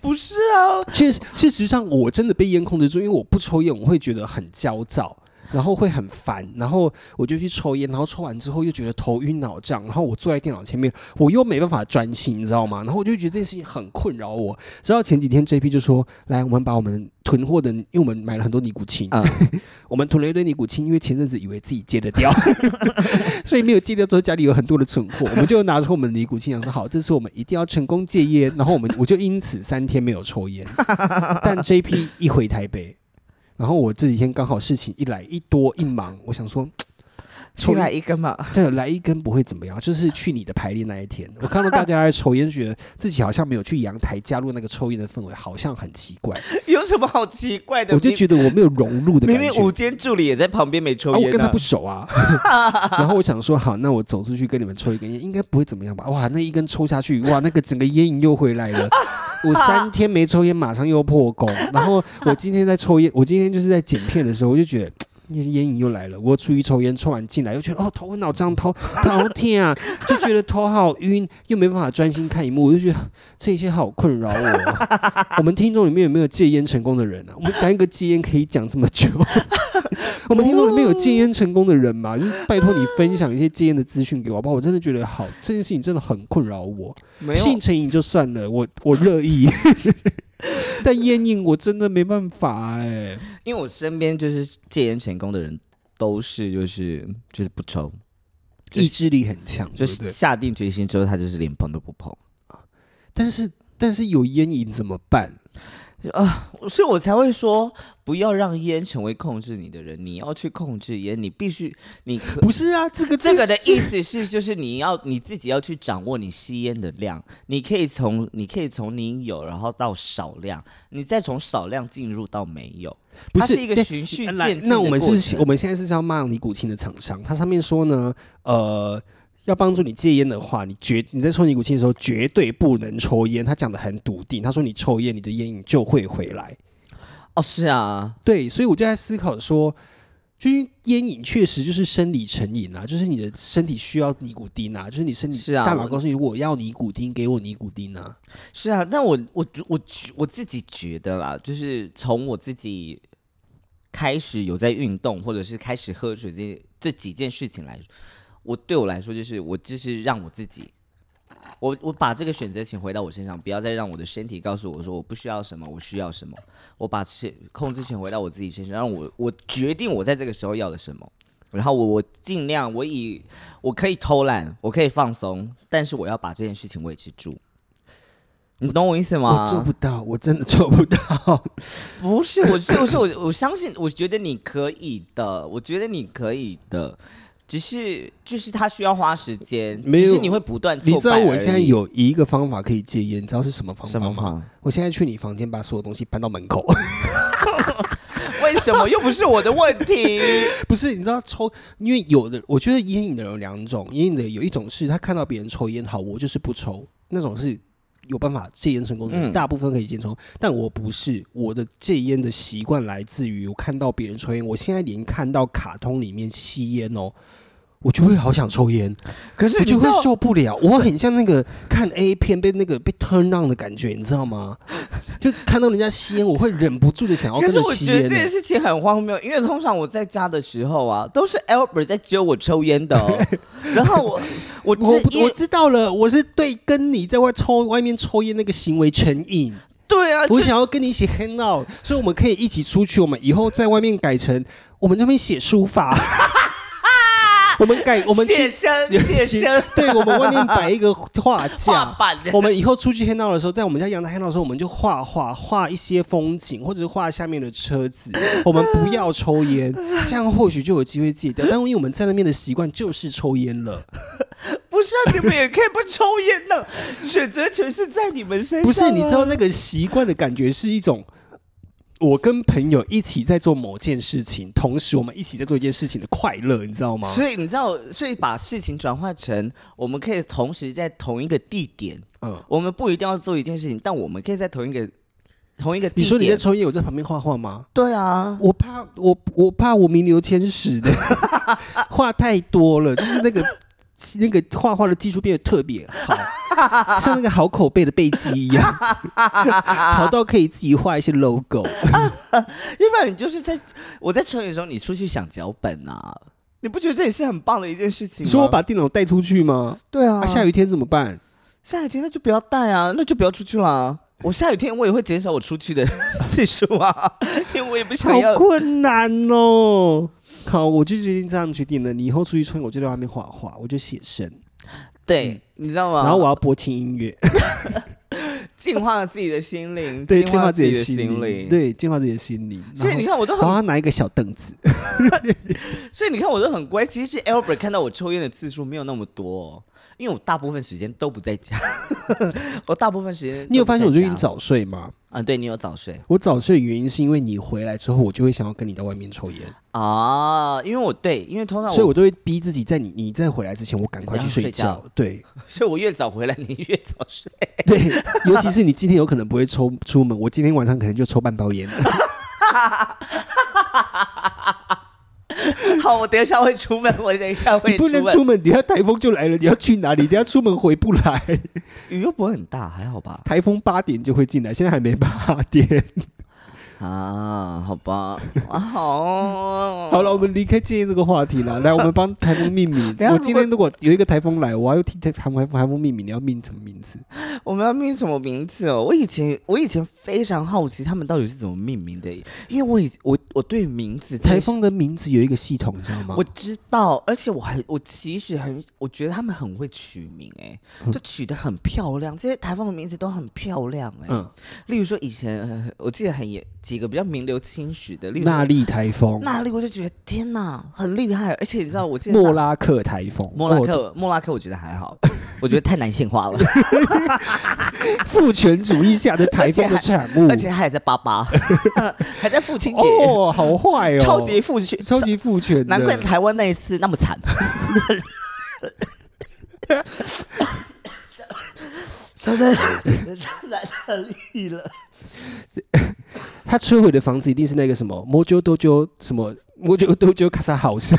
不是啊，确实，事实上我真的被烟控制住，因为我不抽烟，我会觉得很焦躁。然后会很烦，然后我就去抽烟，然后抽完之后又觉得头晕脑胀，然后我坐在电脑前面，我又没办法专心，你知道吗？然后我就觉得这件事情很困扰我。直到前几天 JP 就说：“来，我们把我们囤货的，因为我们买了很多尼古清，嗯我们囤了一堆尼古清，因为前阵子以为自己戒得掉， 所以没有戒掉之后家里有很多的存货，我们就拿出我们的尼古清，想说好，这次我们一定要成功戒烟。然后我们我就因此三天没有抽烟， 但 JP 一回台北，然后我这几天刚好事情一来一多一忙，我想说。抽出烟来一个嘛，对，来一根不会怎么样，就是去你的排练那一天，我看到大家在抽烟，觉得自己好像没有去阳台加入那个抽烟的氛围，好像很奇 怪， 有什么好奇怪的？我就觉得我没有融入的明感明觉。明午间助理也在旁边没抽啊，烟、我跟他不熟啊， 然后我想说，好，那我走出去跟你们抽一根烟，应该不会怎么样吧？哇，那一根抽下去，哇，那个整个烟瘾又回来了。我三天没抽烟，马上又破功。然后我今天在抽烟，我今天就是在剪片的时候，我就觉得。那些烟瘾又来了，我出去抽烟，抽完进来又觉得哦头昏脑胀，头 头痛啊，就觉得头好晕，又没办法专心看荧幕，我就觉得这些好困扰我哦。我们听众里面有没有戒烟成功的人啊？我们讲一个戒烟可以讲这么久。我们听众里面有戒烟成功的人吗？就是拜托你分享一些戒烟的资讯给我，好不好？我真的觉得好，这件事情真的很困扰我。没有性成瘾就算了，我我乐意， 但烟瘾我真的没办法哎、因为我身边就是戒烟成功的人，都是就是就是不抽，就是意志力很强，就对不是对？下定决心之后，他就是连碰都不碰。但是但是有烟瘾怎么办？啊所以我才会说，不要让烟成为控制你的人。你要去控制烟，你必须，你可不是啊，这个这个的是意思是，就是你要你自己要去掌握你吸烟的量，你可以从你可以从你有，然后到少量，你再从少量进入到没有，不它是是一个对循序来渐进那我们的过是，程我们现在是要骂尼古清的厂商，它上面说呢，呃，要帮助你戒烟的话，你绝你在抽尼古清的时候绝对不能抽烟。他讲的很笃定，他说你抽烟，你的烟瘾就会回来。哦，是啊，对，所以我就在思考说。就是烟瘾确实就是生理成瘾啊，就是你的身体需要尼古丁啊，就是你身体是啊大脑我告诉你我要尼古丁，给我尼古丁啊。是啊。但我我我我自己觉得啦，就是从我自己开始有在运动，或者是开始喝水这这几件事情来，我对我来说，就是我就是让我自己我我把这个选择权回到我身上，不要再让我的身体告诉我说我不需要什么，我需要什么。我把是控制权回到我自己身上，让我我决定我在这个时候要的什么。然后我我尽量我以我可以偷懒，我可以放松，但是我要把这件事情维持住。你懂我意思吗？我做不到，我真的做 不到。不是，我 就是我，我相信，我觉得你可以的，我觉得你可以的，只是就是他需要花时间，没有只是你会不断挫败你知道我现在而已有一个方法可以戒烟，你知道是什么方法什么吗？吗？我现在去你房间，把所有东西搬到门口。 为什么又不是我的问题？ 不是，你知道抽，因为有的，我觉得烟瘾的人有两种，烟瘾的有一种是他看到别人抽烟，好，我就是不抽，那种是有办法戒烟成功的人，嗯大部分可以戒成功，但我不是，我的戒烟的习惯来自于我看到别人抽烟，我现在连看到卡通里面吸烟哦。我就会好想抽烟，可是我你就知会道，受不了，我很像那个看 A 片被那个被 turn on 的感觉，你知道吗？就看到人家吸烟，我会忍不住的想要可跟是着我吸觉得烟欸这呢、件事情很荒谬，因为通常我在家的时候啊，都是 Albert 在揪我抽烟 的、哦，然后我我我这不一我知道了，我是对跟你在外抽外面抽烟那个行为成瘾，对啊，我这想要跟你一起 hang out，所以我们可以一起出去。我们以后在外面改成我们这边写书 法，我们改我们去写生写生对我们外面摆一个画画架。板的我们以后出去 hang out 的时候，在我们家阳台 hang out 的时候，我们就画画，画一些风景，或者是画下面的车子。我们不要抽烟，这样或许就有机会戒掉。但因为我们在那边的习惯就是抽烟了。不是、啊、你们也可以不抽烟 的，选择权是在你们身上、啊不是，你知道，那个习惯的感觉是一种，我跟朋友一起在做某件事情，同时我们一起在做一件事情的快乐，你知道吗？所以你知道，所以把事情转化成我们可以同时在同一个地点，嗯，我们不一定要做一件事情，但我们可以在同一个同一个你地点。说你在抽烟，我在旁边画画吗？对啊，我怕我我怕我名留千史的，画太多了，就是那个那个画画的技术变得特别好，像那个好口碑的背肌一样，好到可以自己画一些 logo。要不然你就是在我在抽烟的时候，你出去想脚本啊，你不觉得这也是很棒的一件事情你吗？说我把电脑带出去吗？对啊，啊，下雨雨天怎么办？下雨天那就不要带啊，那就不要出去啦。我下雨天我也会减少我出去 的次数啊，因为我也不想要好。困难哦。好，我就决定这样决定了。你以后出去穿，我就在外面画画，我就写生，对，你知道吗？然后我要播轻音 乐，净化自己的心灵，对，净净化自己的心灵，。对，净化自己的心灵。所以你然后，看，我都很然后拿一个小凳 子，所以你看，我都很乖。其实 Albert 看到我抽烟的次数没有那么多、哦，因为我大部分时间都不在家。 我大部分时间，你有发现我最近？早睡吗？啊，对你有早睡我早睡的原因是因为你回来之后，我就会想要跟你到外面抽烟，啊，因为我对，因为通常所以我都会逼自己在你你再回来之前，我赶快去你睡赶快睡觉。对 所以我越早回来，你越早睡。 对，尤其是你今天有可能不会抽出门，我今天晚上可能就抽半包 烟。好，我等一下会出门，我等一下会你不能门。出门，等一下台风就来了，你要去哪里？等一下出门回不来。雨又不会很大，还好吧？台风八点就会进来，现在还没八点。啊，好吧， 啊好哦，好了，我们离开戒烟这个话题 了，来，我们帮台风命名等一。下我今天如果有一个台风来，我要替台台风台风命名，你要命什么名字？我们要命什么名字哦？我以前我以前非常好奇他们到底是怎么命名的，因为我以我我对名字真台的是风的名字有一个系统，你知道吗我？知道，而且我还我其实很我觉得他们很会取名哎、就取得很漂亮，这些台风的名字都很漂亮哎、嗯，例如说以前呃我记得很也几个比较名流青史的，例如说纳利台风、那莉，我就觉得天哪，很厉害，而且你知道我记得莫那拉克台风、莫拉哦克莫拉克我觉得还好， 我觉得太男性化 了，父权主义下的台风的产物 而。且他还在爸爸，还在父亲节。哦，好坏哦，哎超级父亲，超级父权的，难怪台湾那一次那么 惨。真的真的太厉了，他摧毁的房子一定是那个什么摩啾多啾什么摩啾多啾卡萨 house，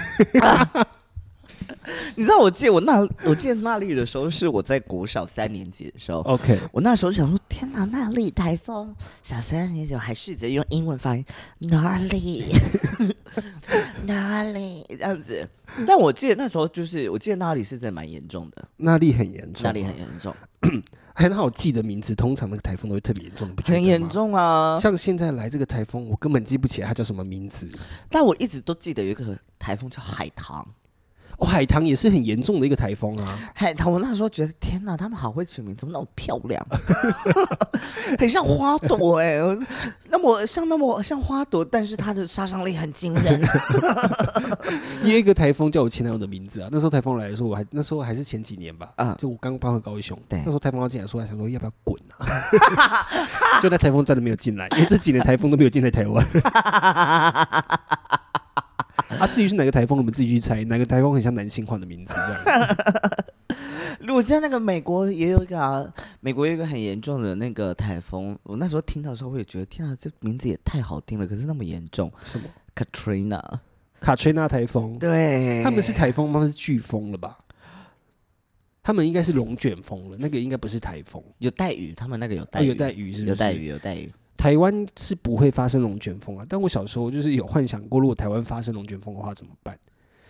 你知道我记得我那我记得那丽的时候是我在国小三年级的时候， OK，我那时候想说，天哪，那丽台风，小三年级我还试着用英文发音哪 里哪里这样子，但我记得那时候就是我记得那里是真的蛮严重的，那里很严重，那里很严重，很好哎记的名字，通常那个台风都会特别严重，你不觉得很吗严。重啊！像现在来这个台风，我根本记不起来它叫什么名字。但我一直都记得有一个台风叫海棠，哦，海棠也是很严重的一个台风啊，海棠，我那时候觉得天哪，他们好会取名，怎么那么漂亮， 很像花朵哎、那么像那么像花朵，但是它的杀伤力很惊人。也有一个台风叫我前男友的名字啊。那时候台风来的时候，我还那时候还是前几年吧，啊啊，就我刚搬回高雄，对那时候台风要进来的时候，我还想说要不要滚啊？ 就那台风真的没有进来，因为这几年台风都没有进来台湾。啊，至于是哪个台风，你们自己去猜，哪个台风很像男性化的名字这样。 我知道那个美国也有一个啊，美国有一个很严重的那个台风，我那时候听到的时候，我也觉得天啊，这名字也太好听了，可是那么严重。什么 Katrina，卡崔娜台风？对，他们是台风吗？他们是飓风了吧？他们应该是龙卷风了，那个应该不是台风，有带雨，他们那个有带哦，雨，有带雨是不是？有带。雨，有带雨。台湾是不会发生龙卷风啊，但我小时候就是有幻想过，如果台湾发生龙卷风的话怎么办？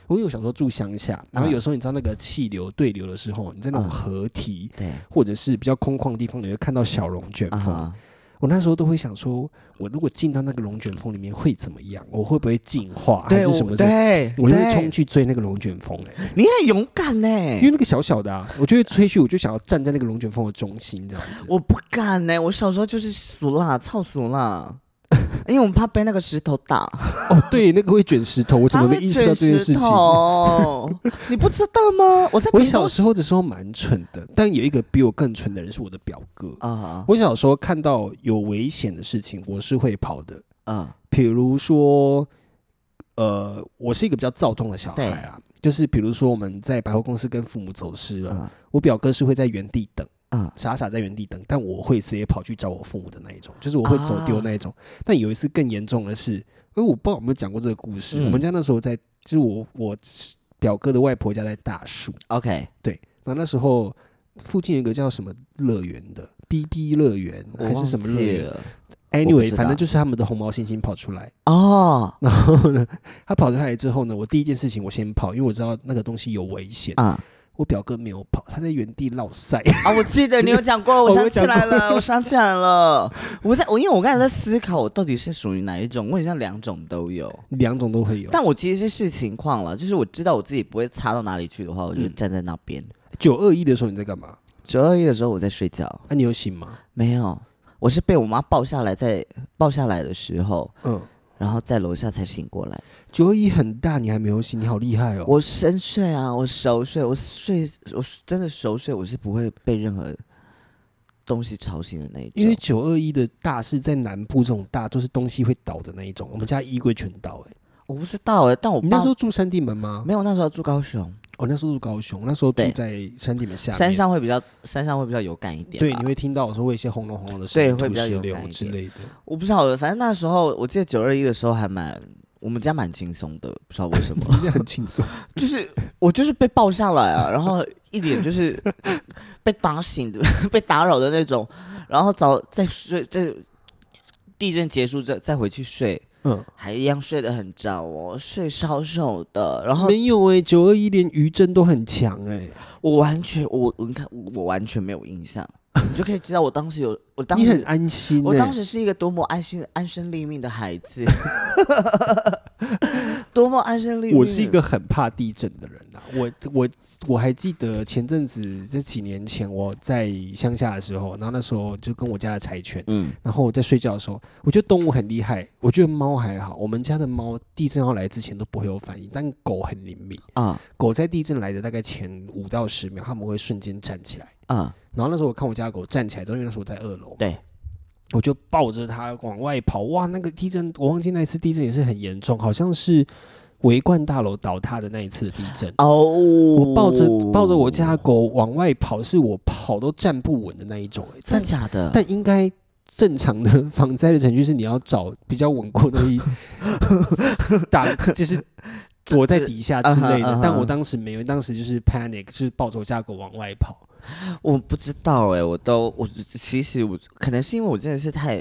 我因为我小时候住乡下，然后有时候你知道那个气流对流的时候，你在那种啊河堤对或者是比较空旷的地方，你会看到小龙卷啊风。哈，我那时候都会想说，我如果进到那个龙卷风里面会怎么样？我会不会进化还对，是我什么之类的？对，我就会对冲，去追那个龙卷风、欸，你很勇敢呢、因为那个小小的、啊，我就会吹去，我就想要站在那个龙卷风的中心这样子。我不敢呢、我小时候就是俗辣，操俗 辣，因为我们怕被那个石头打。 哦，对，那个会卷石头，我怎么没意识到这件事情？哦， 你不知道吗？我在我屏小东时候的时候蛮蠢的，但有一个比我更蠢的人是我的表哥。啊我小时候看到有危险的事情，我是会跑的，啊比如说，呃，我是一个比较躁动的小孩啊，就是比如说我们在百货公司跟父母走失了，啊我表哥是会在原地等。啊！傻傻在原地等，但我会直接跑去找我父母的那一种，就是我会走丢那一啊种。但有一次更严重的是，因为我不知道有没有讲过这个故事，嗯我们家那时候在，就是我我表哥的外婆家在大树， OK，对，那那时候附近有一个叫什么乐园的 BB 乐园我还是什么乐忘记园了我不，anyway，知道反正就是他们的红毛猩猩跑出来，哦然后呢，他跑出来之后呢，我第一件事情我先跑，因为我知道那个东西有危险。啊我表哥没有跑，他在原地落赛。啊！我记得你有讲 过，我我想有起讲来过了，我想起来了。我在我因为我刚才在思考，我到底是属于哪一种？我很像两种都有， 两种都会有。但我其实是视情况了，就是我知道我自己不会差到哪里去的话，我嗯就站在那边。九二一的时候你在干嘛？九二一的时候我在睡觉，啊那、你有醒吗？没有，我是被我妈抱下来在，抱下来的时候，嗯，然后在楼下才醒过来。九一很大，你还没有醒，你好厉害哦！我深睡啊，我熟睡，我睡，我真的熟睡，我是不会被任何东西吵醒的那一种。因为九二一的大是在南部这种大，就是东西会倒的那一种。我们家衣柜全倒、欸，我不知道哎、但我你爸那时候住山地门吗？没有，那时候住高雄，我、那时候住高雄，那时候住对在山地门下面山。上会比较山上会比较有感一点吧。对，你会听到说会有一些轰隆轰隆的声对音，会比土较有石感流一之点 类的。我不知道，反正那时候我记得九二一的时候还蛮。我们家蛮轻松的，不知道 为什么我，们现在很轻松，就是我就是被抱下来啊，然后一脸就是 被打醒的、 被打扰的那种，然后早再睡，再地震结束再再回去睡，嗯，还一样睡得很早哦，睡超熟的。然后没有哎、九二一连余震都很强哎、我完全，我我你看，我完全没有印象，你就可以知道我当时有，我当你很时，安心、欸。我当时是一个多么安心、安身立命的孩子， 多么安身立命。我是一个很怕地震的人啊，我我我还记得前阵子这几年前我在乡下的时候，然后那时候就跟我家的柴犬，嗯，然后我在睡觉的时候，我觉得动物很厉害，我觉得猫还好，我们家的猫地震要来之前都不会有反应，但狗很灵敏，啊狗在地震来的大概前五到十秒，它们会瞬间站起来。啊，然后那时候我看我家的狗站起来之后，因为那时候我在二楼嘛，对，我就抱着它往外跑。哇，那个地震，我忘记那一次地震也是很严重，好像是维冠大楼倒塌的那一次地震。哦，我我抱着哦抱着我家的狗往外跑，是我跑都站不稳的那一种、欸。真但的假的？但应该正常的 防灾的程序是你要找比较稳固的东西打，就是躲在底下之类嗯哼嗯的哼，但我当时没有，当时就是 panic，就是抱头架狗往外跑。我不知道哎、我都我其实我可能是因为我真的是太，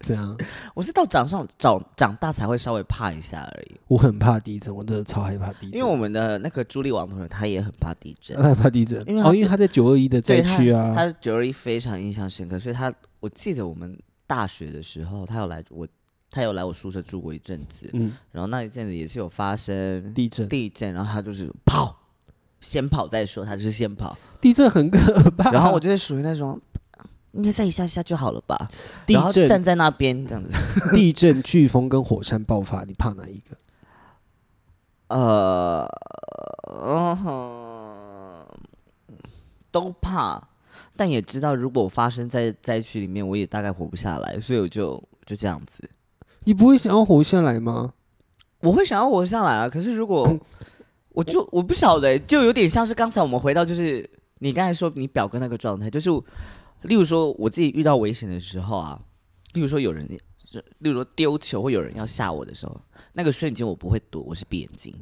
对啊，我是到长上长长大才会稍微怕一下而已。我很怕地震，我真的超害怕地震，因为我们的那个朱莉王同学他也很怕地震，害怕地震，因为他哦，因为他在九二一的灾对他区呃啊，他九二一非常印象深刻，所以他我记得我们大学的时候，他有来我他有来我宿舍住过一阵子，嗯，然后那一阵子也是有发生地震，地震，然后他就是跑，先跑再说，他就是先跑，地震很可怕。 然后我就是属于那种。应该再一下下就好了吧？地然后震、站在那边这样子， 地震、飓风跟火山爆发，你怕哪一个？呃，嗯都怕，但也知道如果发生在灾区里面，我也大概活不下来，所以我就就这样子。你不会想要活下来吗？我会想要活下来啊，可是 如果我就我不晓得欸、就有点像是刚才我们回到就是你刚才说你表哥那个状态，就是例如说我自己遇到危险的时候啊，例如说有人，例如说丢球或有人要吓我的时候，那个瞬间我不会躲，我是闭眼睛。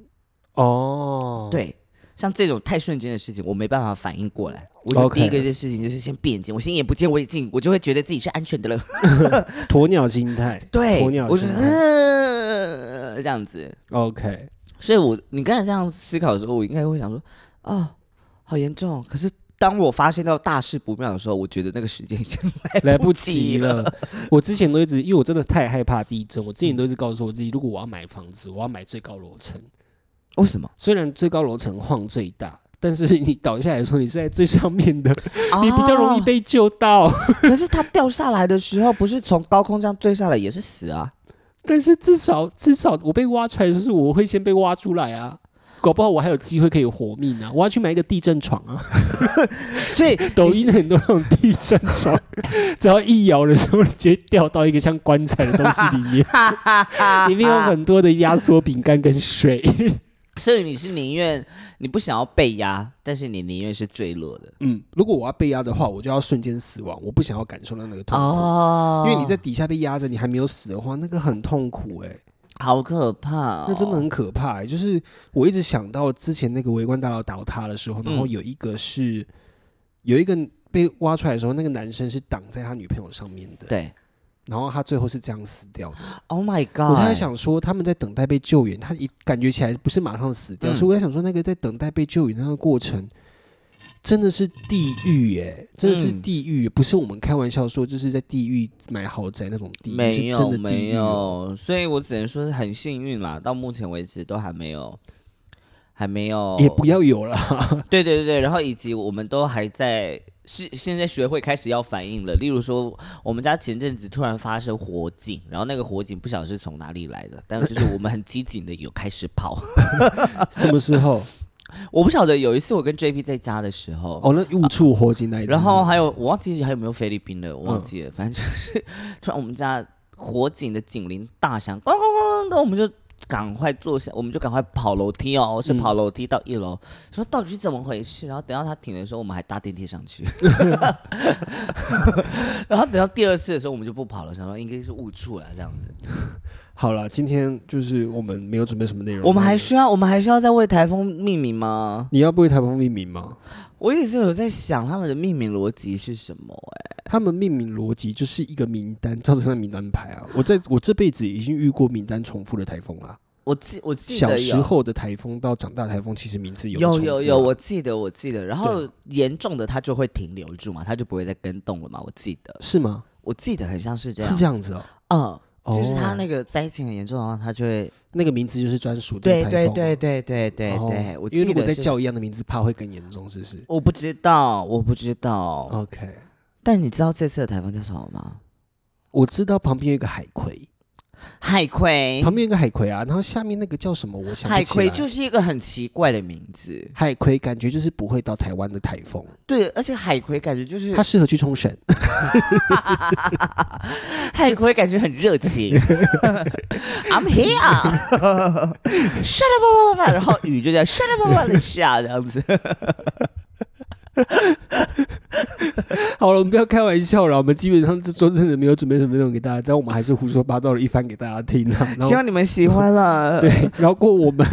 哦，，对，像这种太瞬间的事情，我没办法反应过来。我就 OK 第一个件事情就是先闭眼睛，我先眼不见为净，我就会觉得自己是安全的了。鸵鸟心态。对，鸵鸟我就心态呃这样子。 OK，所以我你刚才这样思考的时候，我应该会想说，啊，好严重哦。可是当我发现到大事不妙的时候，我觉得那个时间已经来不不及及了。我之前都一直，因为我真的太害怕地震，我之前都一直告诉我自己，如果我要买房子，我要买最高楼层。为什么？虽然最高楼层晃最大，但是你倒下来的时候，你是在最上面的， 你比较容易啊。被救到。可是它掉下来的时候，不是从高空这样坠下来也是死啊。但是至少至少我被挖出来，就是我会先被挖出来啊。搞不好我还有机会可以活命啊！我要去买一个地震床啊！所以 抖你音很 多那种地震床， 只要一摇的时候，你就会掉到一个像棺材的东西里 面，里面有很多的压缩饼干跟水。所以你是宁愿你不想要被压，但是你宁愿是坠落的 嗯，如果我要被压的话，我就要瞬间死亡，我不想要感受到那个痛苦，哦因为你在底下被压着，你还没有死的话，那个很痛苦哎、好可怕、哦，那真的很可怕、欸。就是我一直想到之前那个围观大楼倒塌的时候，嗯然后有一个是、有一个被挖出来的时候，那个男生是挡在他女朋友上面的，对然后他最后是这样死掉的。 ，Oh my 我 God！在想说，他们在等待被救援，他一感觉起来不是马上死掉，嗯所以我在想说，那个在等待被救援的那个过程，真的是地狱耶、真的是嗯地狱，欸不是我们开玩笑说，就是在地狱买豪宅那种地狱，没是有真的地没狱哦。有，所以我只能说是很幸运啦，到目前为止都还没有，还没有，欸也不要有了，对对对对，然后以及我们都还在是现在学会开始要反应了，例如说我们家前阵子突然发生火警，然后那个火警不晓得是从哪里来的，但就是我们很机警的有开始跑， 什么时候？我不晓得有一次我跟 JP 在家的时候，哦，那误触火警那一次。啊然后还有我忘记还有没有菲律宾的，我忘记嗯了，反正就是突然我们家火警的警铃大响，咣咣咣咣咣，我们就赶快坐下，我们就赶快跑楼梯哦，是跑楼梯到一嗯楼，说到底是怎么回事？然后等到它停的时候，我们还搭电梯 上去， 然后等到第二次的时候，我们就不跑了，想说应该是误触了这样子。好了，今天就是我们没有准备什么内容，我们还需要我们还需要再为台风命名吗？你要不会台风命名吗？我也是有在想他们的命名逻辑是什么哎、他们命名逻辑就是一个名单，照着那名单排啊。我在 我这辈子已经遇过名单重复的台风啦，我记我记小得时有候的台风到长大台风，其实名字有有重复有啊有，我记得我记得，然后严重的它就会停留住嘛，它就不会再跟动了嘛。我记得，是吗？我记得很像是这样，是这样子哦，嗯，哦就是它那个灾情很严重的话，它就会，那个名字就是专属这对个台对风啊对对对对哦对，我因为记如果得再是，叫一样的名字，怕会更严重，是不是我不知道，我不知道。 ？OK，但你知道这次的台风叫什么吗？我知道旁边有一个海葵，海葵，旁边有一个海葵啊，然后下面那个叫什么？我想不海起葵来就是一个很奇怪的名字，海葵，感觉就是不会到台湾的台风，对，而且海葵感觉就是它适合去冲绳。 海葵感觉很热 情，I'm here，shut up，叭叭叭叭， 然后雨就这样 shut up，叭叭的下这样子， 好了，我们不要开玩笑了，我们基本上这周真的没有准备什么内容给大家，但我们还是胡说八道了一番给大家听 啊。然希后望你们喜欢啦。对，饶过我们，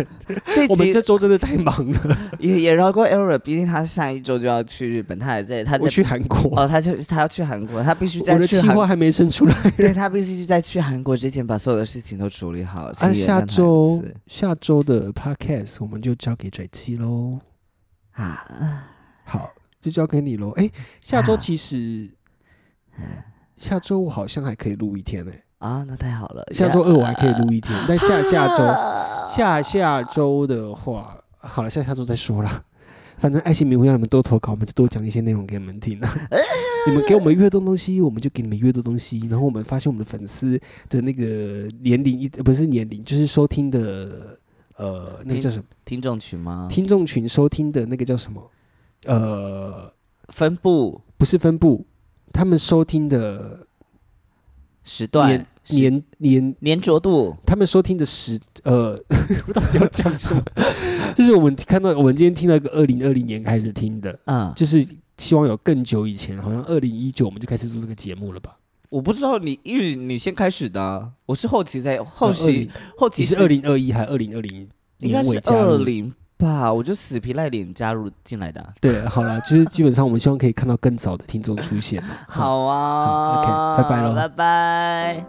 这我们集呃 这周真的太忙 了，也也饶过 e r a 毕竟他下一周就要去日本，他还在他我在去韩国，哦，他去他要去韩国，他必须我在的去计韩划还没生出来。对他必须在去韩国之前把所有的事情都处理好。请啊，原谅下他一周次下周的 podcast 我们就交给拽七喽。啊，好，就交给你喽。哎、下周好其实，嗯下周我好像还可以录一天呢、啊，那太好了。下周二我还可以录一天，但下下周周下下周的话，好了，下下周再说啦。 反正爱心迷糊让你们多投稿，我们就多讲一些内容给你们听啊。你们给我们越多东西，我们就给你们越多东西。然后我们发现我们的粉丝的那个年龄一呃不是年龄，就是收听的呃那个叫什么听众群吗？听众群收听的那个叫什么呃分布不是分布，他们收听的时年段时年年，粘着度他们收听的时呃， 我到底要讲什么？ 就是我们看到我们今天听到一个二零二零年开始听的，嗯，就是希望有更久以前，好像二零一九我们就开始做这个节目了吧？我不知道你一你先开始的啊、我是后期在后期20后哦你是期二零二一还是二零二零应该年尾是加二入的？零吧，我就死皮赖脸加入进来的啊、对，好啦，就是基本上我们希望可以看到更早的听众出现。好啊好，OK，拜拜咯拜拜。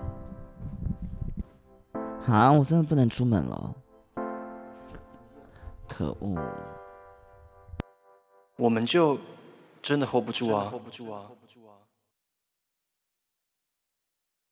啊，我真的不能出门了，可恶。我们就真的 hold 不住啊，hold 不住啊。